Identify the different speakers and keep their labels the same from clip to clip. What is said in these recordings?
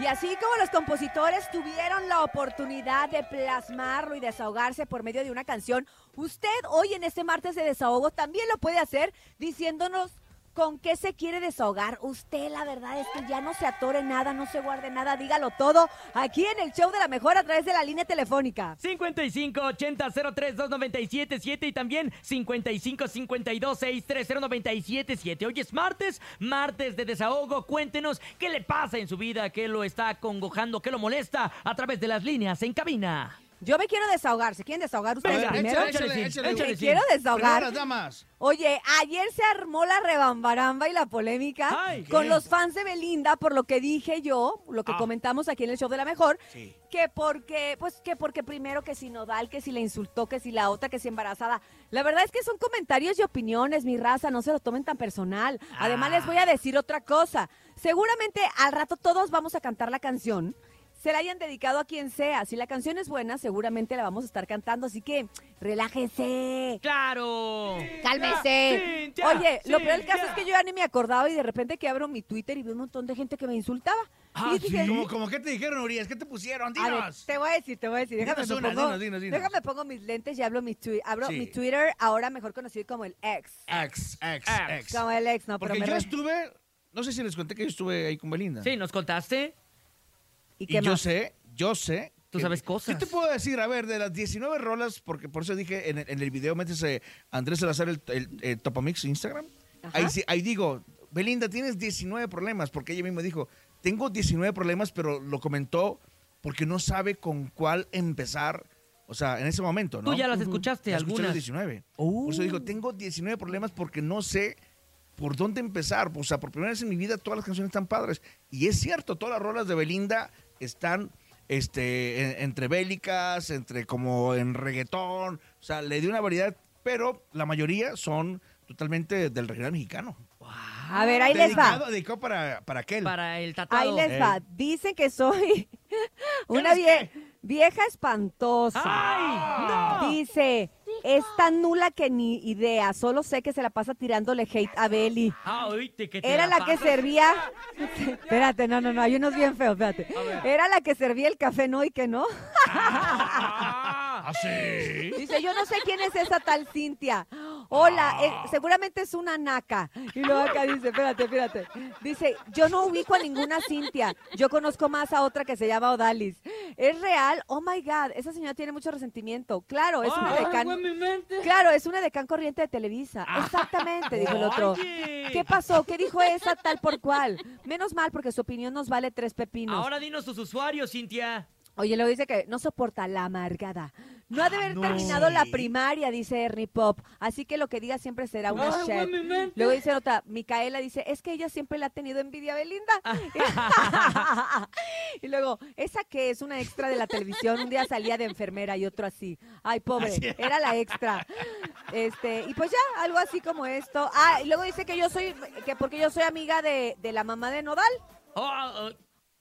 Speaker 1: Y así como los compositores tuvieron la oportunidad de plasmarlo y desahogarse por medio de una canción, usted hoy en este martes de desahogo también lo puede hacer diciéndonos con qué se quiere desahogar. Usted la verdad es que ya no se atore nada, no se guarde nada, dígalo todo aquí en el show de la mejor a través de la línea telefónica.
Speaker 2: 5580-032977 y también 5552-630977. Hoy es martes, martes de desahogo. Cuéntenos qué le pasa en su vida, qué lo está congojando, qué lo molesta a través de las líneas en cabina.
Speaker 1: Yo me quiero desahogar, ¿se quieren desahogar ustedes
Speaker 2: Venga,
Speaker 1: primero?
Speaker 2: échale, échale,
Speaker 1: Me
Speaker 2: échale, échale,
Speaker 1: quiero
Speaker 2: sí.
Speaker 1: desahogar.
Speaker 3: Primero las damas.
Speaker 1: Oye, ayer se armó la rebambaramba y la polémica
Speaker 2: Ay,
Speaker 1: con
Speaker 3: ¿qué?
Speaker 1: los fans de Belinda por lo que dije yo, lo que
Speaker 2: Ah.
Speaker 1: comentamos aquí en el show de la mejor,
Speaker 3: Sí.
Speaker 1: que porque, pues que porque primero que si Nodal, que si le insultó, que si la otra, que si embarazada. La verdad es que son comentarios y opiniones, mi raza, no se lo tomen tan personal. Además les voy a decir otra cosa. Seguramente al rato todos vamos a cantar la canción. Se la hayan dedicado a quien sea. Si la canción es buena, seguramente la vamos a estar cantando. Así que relájense.
Speaker 2: ¡Claro!
Speaker 1: Cálmese.
Speaker 2: Cintia,
Speaker 1: Oye, lo peor del
Speaker 2: Cintia.
Speaker 1: caso es que yo ya ni me acordaba y de repente que abro mi Twitter y veo un montón de gente que me insultaba.
Speaker 2: Ah,
Speaker 1: y dije,
Speaker 2: ¿sí?
Speaker 3: ¿Cómo, cómo qué te dijeron, Urias? ¿Qué te pusieron?
Speaker 1: a ver,
Speaker 3: Dinos.
Speaker 1: te voy a decir, te voy a decir. Déjame,
Speaker 3: Dinos
Speaker 1: me
Speaker 3: una,
Speaker 1: pongo,
Speaker 3: dinos, dinos, dinos.
Speaker 1: déjame pongo mis lentes y abro mi, twi- abro
Speaker 3: Sí.
Speaker 1: mi Twitter, ahora mejor conocido como el ex.
Speaker 3: Ex, ex,
Speaker 2: Ex.
Speaker 3: ex.
Speaker 1: Como el ex, Ah, no, pero
Speaker 3: Porque
Speaker 1: me
Speaker 3: yo
Speaker 1: re-
Speaker 3: estuve, no sé si les conté que yo estuve ahí con Belinda.
Speaker 2: Sí, ¿nos contaste?
Speaker 1: ¿Y
Speaker 3: Y
Speaker 1: qué
Speaker 3: yo
Speaker 1: más?
Speaker 3: sé, yo sé.
Speaker 2: Tú
Speaker 3: que-
Speaker 2: sabes cosas.
Speaker 3: Yo te puedo decir, a ver, de las 19 rolas, porque por eso dije en el, en el video, métese Andrés Salazar, el, el, eh, Topamix Instagram.
Speaker 1: Ajá.
Speaker 3: Ahí, sí- ahí digo, Belinda, tienes 19 problemas, porque ella misma dijo, tengo 19 problemas, pero lo comentó porque no sabe con cuál empezar, o sea, en ese momento, ¿no?
Speaker 2: Tú ya las escuchaste,
Speaker 3: Ya escuché los
Speaker 2: algunas.
Speaker 3: 19.
Speaker 2: Oh.
Speaker 3: Por eso dijo, tengo 19 problemas porque no sé por dónde empezar. O sea, por primera vez en mi vida todas las canciones están padres. Y es cierto, todas las rolas de Belinda están este, en- entre bélicas, entre como en reggaetón. O sea, le dio una variedad, pero la mayoría son totalmente del reggaetón mexicano.
Speaker 1: A ver, ahí les va.
Speaker 3: Dedicado- Dedicado para, para aquel.
Speaker 2: Para el tatuado.
Speaker 1: Ahí les
Speaker 3: Ey.
Speaker 1: va. Dicen que soy una
Speaker 3: nos
Speaker 1: vie- vieja espantosa.
Speaker 2: ¡Ay! ¡No!
Speaker 1: Dice, es tan nula que ni idea. Solo sé que se la pasa tirándole hate a Beli.
Speaker 2: Ah, oíste, que te
Speaker 1: Era la que
Speaker 2: pasas.
Speaker 1: servía. Espérate, no, no, no, hay unos bien feos, espérate. Era la que servía el café, no y que no.
Speaker 2: Ah,
Speaker 3: Ah, sí.
Speaker 1: Dice, yo no sé quién es esa tal Cintia. Hola, eh, seguramente es una naca. Y luego acá dice, espérate, espérate. Dice, yo no ubico a ninguna Cintia. Yo conozco más a otra que se llama Odalis. ¿Es real? Oh my God, esa señora tiene mucho resentimiento. Claro, es una
Speaker 2: Ay,
Speaker 1: decán. Claro, es una decán corriente de Televisa. Exactamente, dijo el otro.
Speaker 2: Oye.
Speaker 1: ¿Qué pasó? ¿Qué dijo esa tal por cual? Menos mal, porque su opinión nos vale tres pepinos.
Speaker 2: Ahora dinos tus usuarios, Cintia.
Speaker 1: Oye, luego dice que no soporta la amargada. No ha de haber terminado la primaria, dice Ernie Pop. Así que lo que diga siempre será una shit. Luego dice otra, Micaela dice, es que ella siempre le ha tenido envidia a Belinda. y luego, esa que es una extra de la televisión, un día salía de enfermera y otro así. Ay, pobre, era la extra. Este, y pues ya, algo así como esto. Ah, y luego dice que yo soy, que porque yo soy amiga de, de la mamá de Nodal.
Speaker 2: Oh, oh,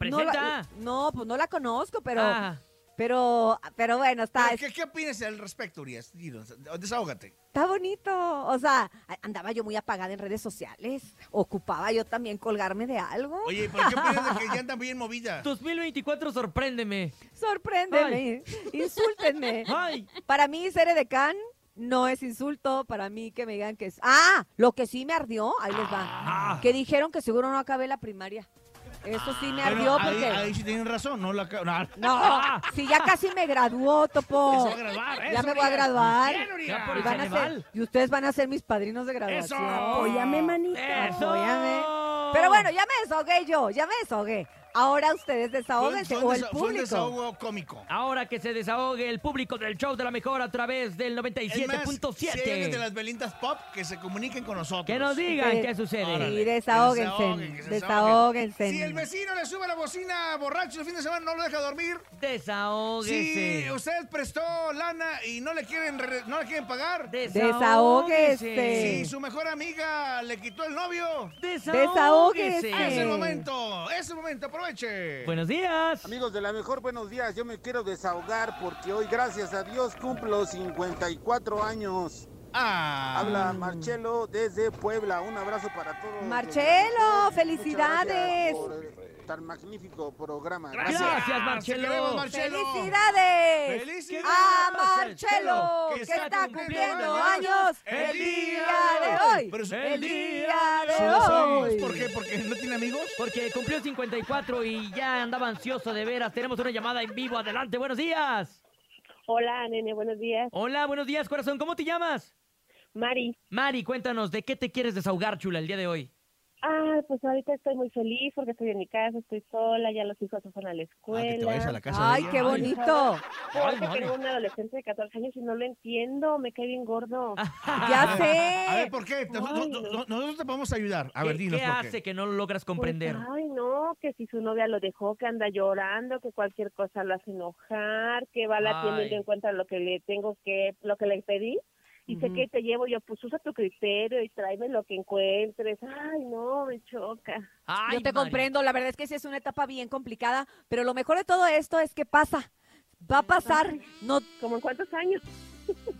Speaker 1: No la-
Speaker 2: presenta.
Speaker 1: No, pues no la conozco, pero...
Speaker 2: Ah.
Speaker 1: Pero, pero bueno, está,
Speaker 3: ¿Qué, ¿Qué opinas al respecto, Urias? Dinos, desahógate.
Speaker 1: está bonito. O sea, a- andaba yo muy apagada en redes sociales. Ocupaba yo también colgarme de algo.
Speaker 3: Oye, ¿por qué opinas de que ya andan bien movidas?
Speaker 2: 2024, sorpréndeme.
Speaker 1: Sorpréndeme, insúltenme.
Speaker 2: Ay.
Speaker 1: Para mí, ser edecán no es insulto. Para mí, que me digan que es. Ah, lo que sí me ardió, ahí les
Speaker 3: Ah.
Speaker 1: va. Que dijeron que seguro no acabé la primaria. Eso sí me ardió
Speaker 3: Bueno, ahí,
Speaker 1: porque.
Speaker 3: ahí sí tienen razón, no la... No,
Speaker 1: No, si ya casi me graduó, Topo.
Speaker 3: se va a graduar,
Speaker 1: Ya
Speaker 3: eso,
Speaker 1: me voy a
Speaker 3: Urias.
Speaker 1: graduar.
Speaker 3: Bien, Urias.
Speaker 2: Ya por
Speaker 1: Y,
Speaker 2: el
Speaker 1: van a ser,
Speaker 2: Ceneval.
Speaker 1: y ustedes van a ser mis padrinos de graduación.
Speaker 3: Eso.
Speaker 1: Apóyame, manita.
Speaker 2: Eso.
Speaker 1: Apóyame. Pero bueno, ya me desahogué yo, ya me desahogué. Ahora ustedes desahóguense
Speaker 3: Fue- fue
Speaker 1: o
Speaker 3: un
Speaker 1: el
Speaker 3: desa- Fue un
Speaker 1: público.
Speaker 3: desahogo cómico.
Speaker 2: Ahora que se desahogue el público del show de la mejor a través del
Speaker 3: Es más, Si hay alguien de
Speaker 2: 97.7.
Speaker 3: las Belindas Pop, que se comuniquen con nosotros.
Speaker 2: Que nos digan
Speaker 1: Sí.
Speaker 2: qué
Speaker 3: Órale.
Speaker 2: sucede.
Speaker 1: Sí, desahóguense,
Speaker 3: Que se ahoguen, que se
Speaker 1: desahóguense.
Speaker 3: Si el vecino le sube la bocina borracho el fin de semana, no lo deja dormir. Si
Speaker 2: Desahóguese.
Speaker 3: usted prestó lana y no le quieren, re- no le quieren pagar.
Speaker 1: Desahóguese.
Speaker 3: Si su mejor amiga le quitó el novio.
Speaker 1: Desahóguese.
Speaker 3: Es
Speaker 1: Sí.
Speaker 3: el momento, es el momento, aproveche.
Speaker 2: Buenos días.
Speaker 4: Amigos de la mejor, buenos días. Yo me quiero desahogar porque hoy, gracias a Dios, cumplo 54 años.
Speaker 3: Ah,
Speaker 4: Habla Marcelo desde Puebla. Un abrazo para todos.
Speaker 1: Marcelo,
Speaker 4: Muchas gracias
Speaker 1: felicidades.
Speaker 4: por, eh, tan magnífico programa.
Speaker 2: Gracias, Marcelo.
Speaker 3: Te queremos, Marcelo.
Speaker 1: ¡Felicidades!
Speaker 3: ¡Felicidades!
Speaker 1: ¡A
Speaker 2: Marcelo,
Speaker 1: Marcelo, que está cumpliendo años el día de hoy!
Speaker 3: Pero su-
Speaker 1: ¡El día
Speaker 3: Solo
Speaker 1: de
Speaker 3: somos-
Speaker 1: hoy!
Speaker 3: ¿Por qué? ¿Porque no tiene amigos?
Speaker 2: Porque cumplió 54 y ya andaba ansioso de veras. Tenemos una llamada en vivo. Adelante, buenos días.
Speaker 5: Hola, nene, buenos días.
Speaker 2: Hola, buenos días, corazón. ¿Cómo te llamas?
Speaker 5: Mari.
Speaker 2: Mari, cuéntanos, ¿de qué te quieres desahogar, chula, el día de hoy?
Speaker 5: Ah, pues ahorita estoy muy feliz porque estoy en mi casa, estoy sola, ya los hijos se fueron a la escuela.
Speaker 1: ¡Ay, qué bonito!
Speaker 2: Ay,
Speaker 5: Ahorita
Speaker 2: Mari.
Speaker 5: tengo un adolescente de 14 años y no lo entiendo, me cae bien gordo.
Speaker 1: ¡Ya
Speaker 3: A ver,
Speaker 1: sé!
Speaker 3: ¿por qué? Nos-
Speaker 5: Ay,
Speaker 3: nos-
Speaker 5: no.
Speaker 3: nos- nosotros te podemos ayudar. A ver,
Speaker 2: ¿Qué-
Speaker 3: dinos
Speaker 2: ¿Qué
Speaker 3: por qué.
Speaker 2: hace que no lo logras comprender?
Speaker 5: Pues, ay, no, que si su novia lo dejó, que anda llorando, que cualquier cosa lo hace enojar, que va a la tienda
Speaker 2: Ay.
Speaker 5: y no encuentra lo que le tengo que, lo que le pedí. Y sé
Speaker 1: Ujú.
Speaker 5: que te llevo yo, pues usa tu criterio y tráeme lo que encuentres. Ay, no, me choca.
Speaker 2: Ay,
Speaker 1: Yo te
Speaker 2: Mari.
Speaker 1: comprendo, la verdad es que sí es una etapa bien complicada, pero lo mejor de todo esto es que pasa. Va a pasar, no
Speaker 5: ¿Como en cuántos años?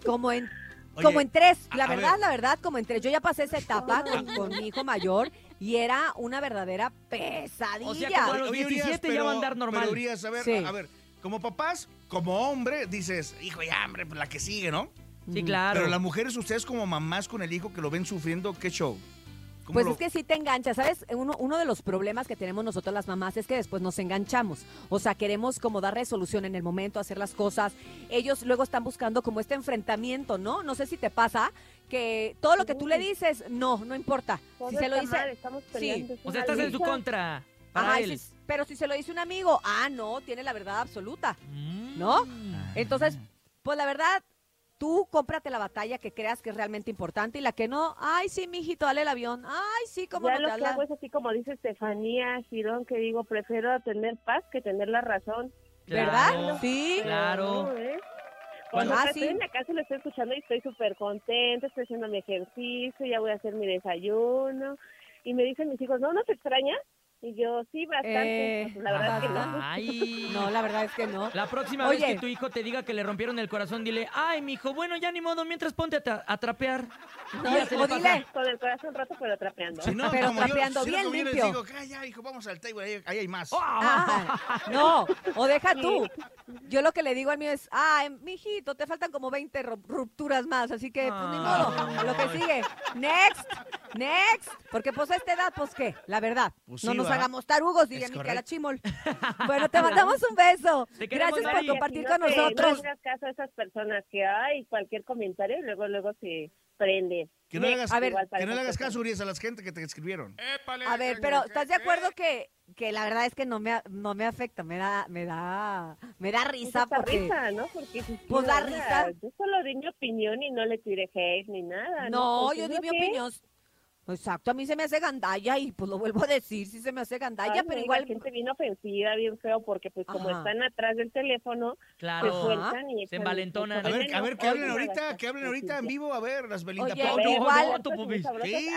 Speaker 1: como en
Speaker 3: Oye,
Speaker 1: como en tres,
Speaker 3: a-
Speaker 1: la
Speaker 3: a
Speaker 1: verdad,
Speaker 3: ver.
Speaker 1: la verdad, como en tres. Yo ya pasé esa etapa con, con mi hijo mayor y era una verdadera pesadilla.
Speaker 2: O sea, como A los
Speaker 3: Oye, Urias,
Speaker 2: 17 ya va a
Speaker 3: pero-
Speaker 2: andar normal.
Speaker 3: Pero Urias, a ver,
Speaker 1: Sí.
Speaker 3: a ver, como papás, como hombre, dices, hijo, ya, hombre, pues la que sigue, ¿no?
Speaker 2: Sí,
Speaker 1: Ujú.
Speaker 2: claro.
Speaker 3: Pero las mujeres, ustedes como mamás con el hijo que lo ven sufriendo, ¿qué show? ¿Cómo
Speaker 1: Pues
Speaker 3: lo-
Speaker 1: es que sí te enganchas, ¿sabes? Uno, uno de los problemas que tenemos nosotros las mamás es que después nos enganchamos. O sea, queremos como dar resolución en el momento, hacer las cosas. Ellos luego están buscando como este enfrentamiento, ¿no? No sé si te pasa que todo lo que tú le dices, no, no importa.
Speaker 5: Todo
Speaker 1: Si se lo
Speaker 5: está
Speaker 1: dice...
Speaker 5: mal, estamos peleando, es
Speaker 2: O
Speaker 5: una
Speaker 2: sea, estás en su
Speaker 5: lucha.
Speaker 2: contra. Para
Speaker 1: Ajá, y
Speaker 2: él.
Speaker 1: si- pero si se lo dice un amigo, ah, no, tiene la verdad absoluta.
Speaker 2: Mm.
Speaker 1: ¿No?
Speaker 3: Ah.
Speaker 1: Entonces, pues la verdad, tú cómprate la batalla que creas que es realmente importante y la que no, ay, sí, mijito, dale el avión. Ay, sí, cómo
Speaker 5: ya
Speaker 1: no te
Speaker 5: lo que
Speaker 1: habla.
Speaker 5: hago es así como dice Estefanía Girón, que digo, prefiero tener paz que tener la razón.
Speaker 1: ¿Verdad?
Speaker 2: Claro.
Speaker 1: Sí.
Speaker 5: Pero
Speaker 2: Claro.
Speaker 5: no, ¿eh? Cuando
Speaker 1: Ah,
Speaker 5: estoy
Speaker 1: sí.
Speaker 5: en la casa y lo estoy escuchando y estoy súper contenta, estoy haciendo mi ejercicio, ya voy a hacer mi desayuno. Y me dicen mis hijos, ¿no nos extrañas? Y yo, sí, bastante.
Speaker 1: Eh,
Speaker 5: Pues, la verdad que no.
Speaker 2: Ay.
Speaker 1: No, la verdad es que no.
Speaker 2: La próxima vez
Speaker 1: Oye.
Speaker 2: que tu hijo te diga que le rompieron el corazón, dile, ay, mijo, bueno, ya ni modo, mientras ponte a, tra- a trapear.
Speaker 1: No,
Speaker 2: Y ya se
Speaker 1: o
Speaker 2: le pasa.
Speaker 1: dile,
Speaker 5: Con el corazón roto, pero trapeando.
Speaker 3: Si no,
Speaker 1: Pero
Speaker 3: como yo-
Speaker 1: trapeando
Speaker 3: si no,
Speaker 1: bien
Speaker 3: como yo les
Speaker 1: limpio.
Speaker 3: digo, "Ah, ya, hijo, vamos al table, ahí, ahí hay más.
Speaker 2: ¡Oh!
Speaker 1: ah, no, o deja tú. Yo lo que le digo al mío es, ay, mijito, te faltan como 20 ru- rupturas más, así que pues ni
Speaker 2: Ah.
Speaker 1: modo, lo que sigue. Next, next, porque pues a esta edad, pues qué, la verdad,
Speaker 3: Pues
Speaker 1: no
Speaker 3: sí,
Speaker 1: nos
Speaker 3: ¿va?
Speaker 1: hagamos tarugos, diría
Speaker 3: Es
Speaker 1: mi
Speaker 3: correcto.
Speaker 1: cara chimol. Bueno, te mandamos un beso.
Speaker 2: Te queremos,
Speaker 1: Gracias
Speaker 2: Mari.
Speaker 1: Pues por compartir
Speaker 5: Y
Speaker 1: con
Speaker 5: así no te-
Speaker 1: nosotros.
Speaker 5: No hagas caso a esas personas que hay cualquier comentario y luego, luego se prenden.
Speaker 3: Que no le hagas,
Speaker 1: A ver.
Speaker 5: Igual para
Speaker 3: que no le
Speaker 5: esas
Speaker 3: hagas
Speaker 5: personas.
Speaker 3: caso, Urias, a las gente que te escribieron.
Speaker 1: A ver, pero ¿estás de acuerdo que, que la verdad es que no me, a- no me afecta? Me da, me da, me da risa
Speaker 5: Pues hasta
Speaker 1: porque.
Speaker 5: risa, ¿no? Porque si
Speaker 1: Pues da risa.
Speaker 5: Yo solo di mi opinión y no le tiré hate ni nada.
Speaker 1: No,
Speaker 5: Pues
Speaker 1: yo
Speaker 5: es
Speaker 1: di
Speaker 5: lo
Speaker 1: mi
Speaker 5: que es.
Speaker 1: opinión. Exacto, a mí se me hace gandalla y pues lo vuelvo a decir, sí se me hace
Speaker 5: Ay,
Speaker 1: gandalla, pero
Speaker 5: no,
Speaker 1: igual.
Speaker 5: La gente bien ofensiva, bien feo, porque pues como
Speaker 1: Ajá.
Speaker 5: están atrás del teléfono, se
Speaker 1: Ajá.
Speaker 2: Claro.
Speaker 5: sueltan y...
Speaker 2: Se
Speaker 5: echan-
Speaker 2: envalentonan.
Speaker 3: A ver,
Speaker 5: Venden
Speaker 3: a ver, que hablen
Speaker 5: odio a
Speaker 3: ahorita,
Speaker 5: las
Speaker 3: que hablen ahorita en vivo, a ver, las Belinda
Speaker 1: Oye,
Speaker 3: Pau.
Speaker 1: pero- igual-
Speaker 2: tú,
Speaker 5: Estas muy
Speaker 2: Bobis.
Speaker 5: sabrosas.
Speaker 3: Sí.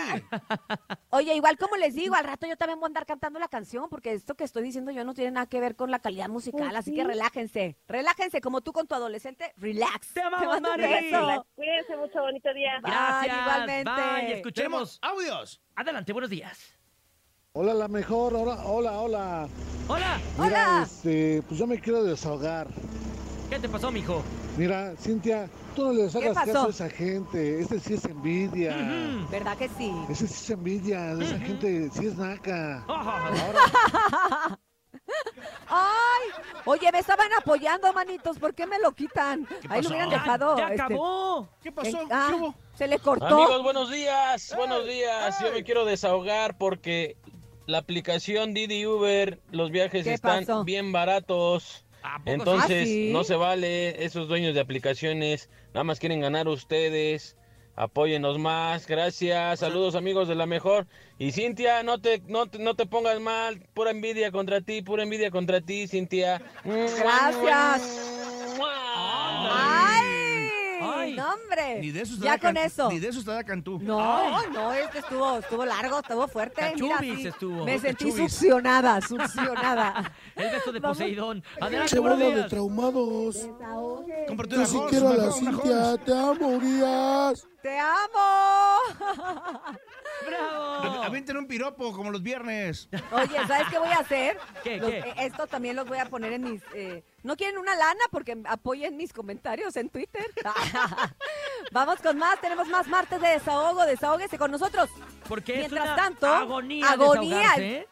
Speaker 1: Oye, igual como les digo, al rato yo también voy a andar cantando la canción, porque esto que estoy diciendo yo no tiene nada que ver con la calidad musical,
Speaker 5: Pues
Speaker 1: así
Speaker 5: sí.
Speaker 1: que relájense, relájense, como tú con tu adolescente, relax.
Speaker 2: Te amamos,
Speaker 1: mando un
Speaker 2: Mari.
Speaker 1: beso.
Speaker 5: Cuídense mucho, bonito día.
Speaker 1: Bye,
Speaker 2: Gracias.
Speaker 1: igualmente.
Speaker 2: Bye,
Speaker 3: Tenemos
Speaker 2: escuchemos.
Speaker 3: audios.
Speaker 2: Adelante, buenos días.
Speaker 6: Hola, la mejor. Hola, hola, hola.
Speaker 2: Hola,
Speaker 6: Mira,
Speaker 1: Hola.
Speaker 6: este, pues yo me quiero desahogar.
Speaker 2: ¿qué te pasó, mijo?
Speaker 6: Mira, Cintia, tú no les hagas
Speaker 1: pasó?
Speaker 6: caso a esa gente. Este sí es envidia.
Speaker 2: Ujú.
Speaker 1: ¿Verdad que sí?
Speaker 6: Ese sí es envidia. Esa
Speaker 2: Ujú.
Speaker 6: gente sí es naca.
Speaker 2: Ah,
Speaker 1: ¡Ay! Oye, me estaban apoyando, manitos, ¿por qué me lo quitan? Ahí
Speaker 3: pasó?
Speaker 1: lo hubieran
Speaker 2: ya-
Speaker 1: dejado.
Speaker 2: Ah, ya
Speaker 1: este,
Speaker 2: acabó.
Speaker 3: ¿Qué pasó?
Speaker 1: eh, ah,
Speaker 3: ¿Qué hubo?
Speaker 1: Se le cortó.
Speaker 7: Amigos, buenos días, buenos
Speaker 3: ¡Ey!
Speaker 7: días. Yo
Speaker 3: ¡Ey!
Speaker 7: me quiero desahogar porque la aplicación Didi Uber, los viajes
Speaker 1: ¿Qué
Speaker 7: están
Speaker 1: pasó?
Speaker 7: bien baratos.
Speaker 2: ¿A poco
Speaker 7: Entonces,
Speaker 1: sí?
Speaker 7: no se vale esos dueños de aplicaciones. Nada más quieren ganar ustedes. Apóyenos más, gracias. Saludos, amigos de la mejor. Y Cintia, no te, no te, no te pongas mal. Pura envidia contra ti, pura envidia contra ti, Cintia.
Speaker 1: Gracias. ¡Ay!
Speaker 2: Ay.
Speaker 1: ¡No, hombre!
Speaker 3: Ni de eso está
Speaker 1: ya
Speaker 3: da
Speaker 1: con
Speaker 3: Cantú,
Speaker 1: eso.
Speaker 3: Ni de eso está da Cantú.
Speaker 1: No, no, este estuvo, estuvo largo, estuvo fuerte. Mira,
Speaker 2: Cachubis
Speaker 1: sí,
Speaker 2: estuvo.
Speaker 1: Me sentí
Speaker 3: Cachubis.
Speaker 1: succionada, succionada.
Speaker 2: El beso de
Speaker 1: Vamos.
Speaker 2: Poseidón.
Speaker 8: Se
Speaker 2: Adelante, buenos
Speaker 8: burlan de
Speaker 2: días.
Speaker 8: traumados.
Speaker 3: Comparte
Speaker 8: Yo
Speaker 3: una
Speaker 8: sí
Speaker 3: Halls,
Speaker 8: quiero a
Speaker 3: una
Speaker 8: la
Speaker 3: Halls, una
Speaker 8: Cintia.
Speaker 3: Halls.
Speaker 8: Te amo, Urias.
Speaker 1: ¡Te amo!
Speaker 2: ¡Bravo!
Speaker 3: Avienten un piropo como los viernes.
Speaker 1: Oye, ¿sabes qué voy a hacer?
Speaker 2: ¿Qué,
Speaker 1: Los-
Speaker 2: qué?
Speaker 1: eh, Esto también los voy a poner en mis... eh, ¿No quieren una lana? Porque apoyen mis comentarios en Twitter. Vamos con más, tenemos más martes de desahogo. Desahóguese con nosotros.
Speaker 2: Porque es
Speaker 1: Mientras
Speaker 2: una
Speaker 1: tanto,
Speaker 2: agonía
Speaker 1: agonía.
Speaker 2: desahogarse, ¿eh?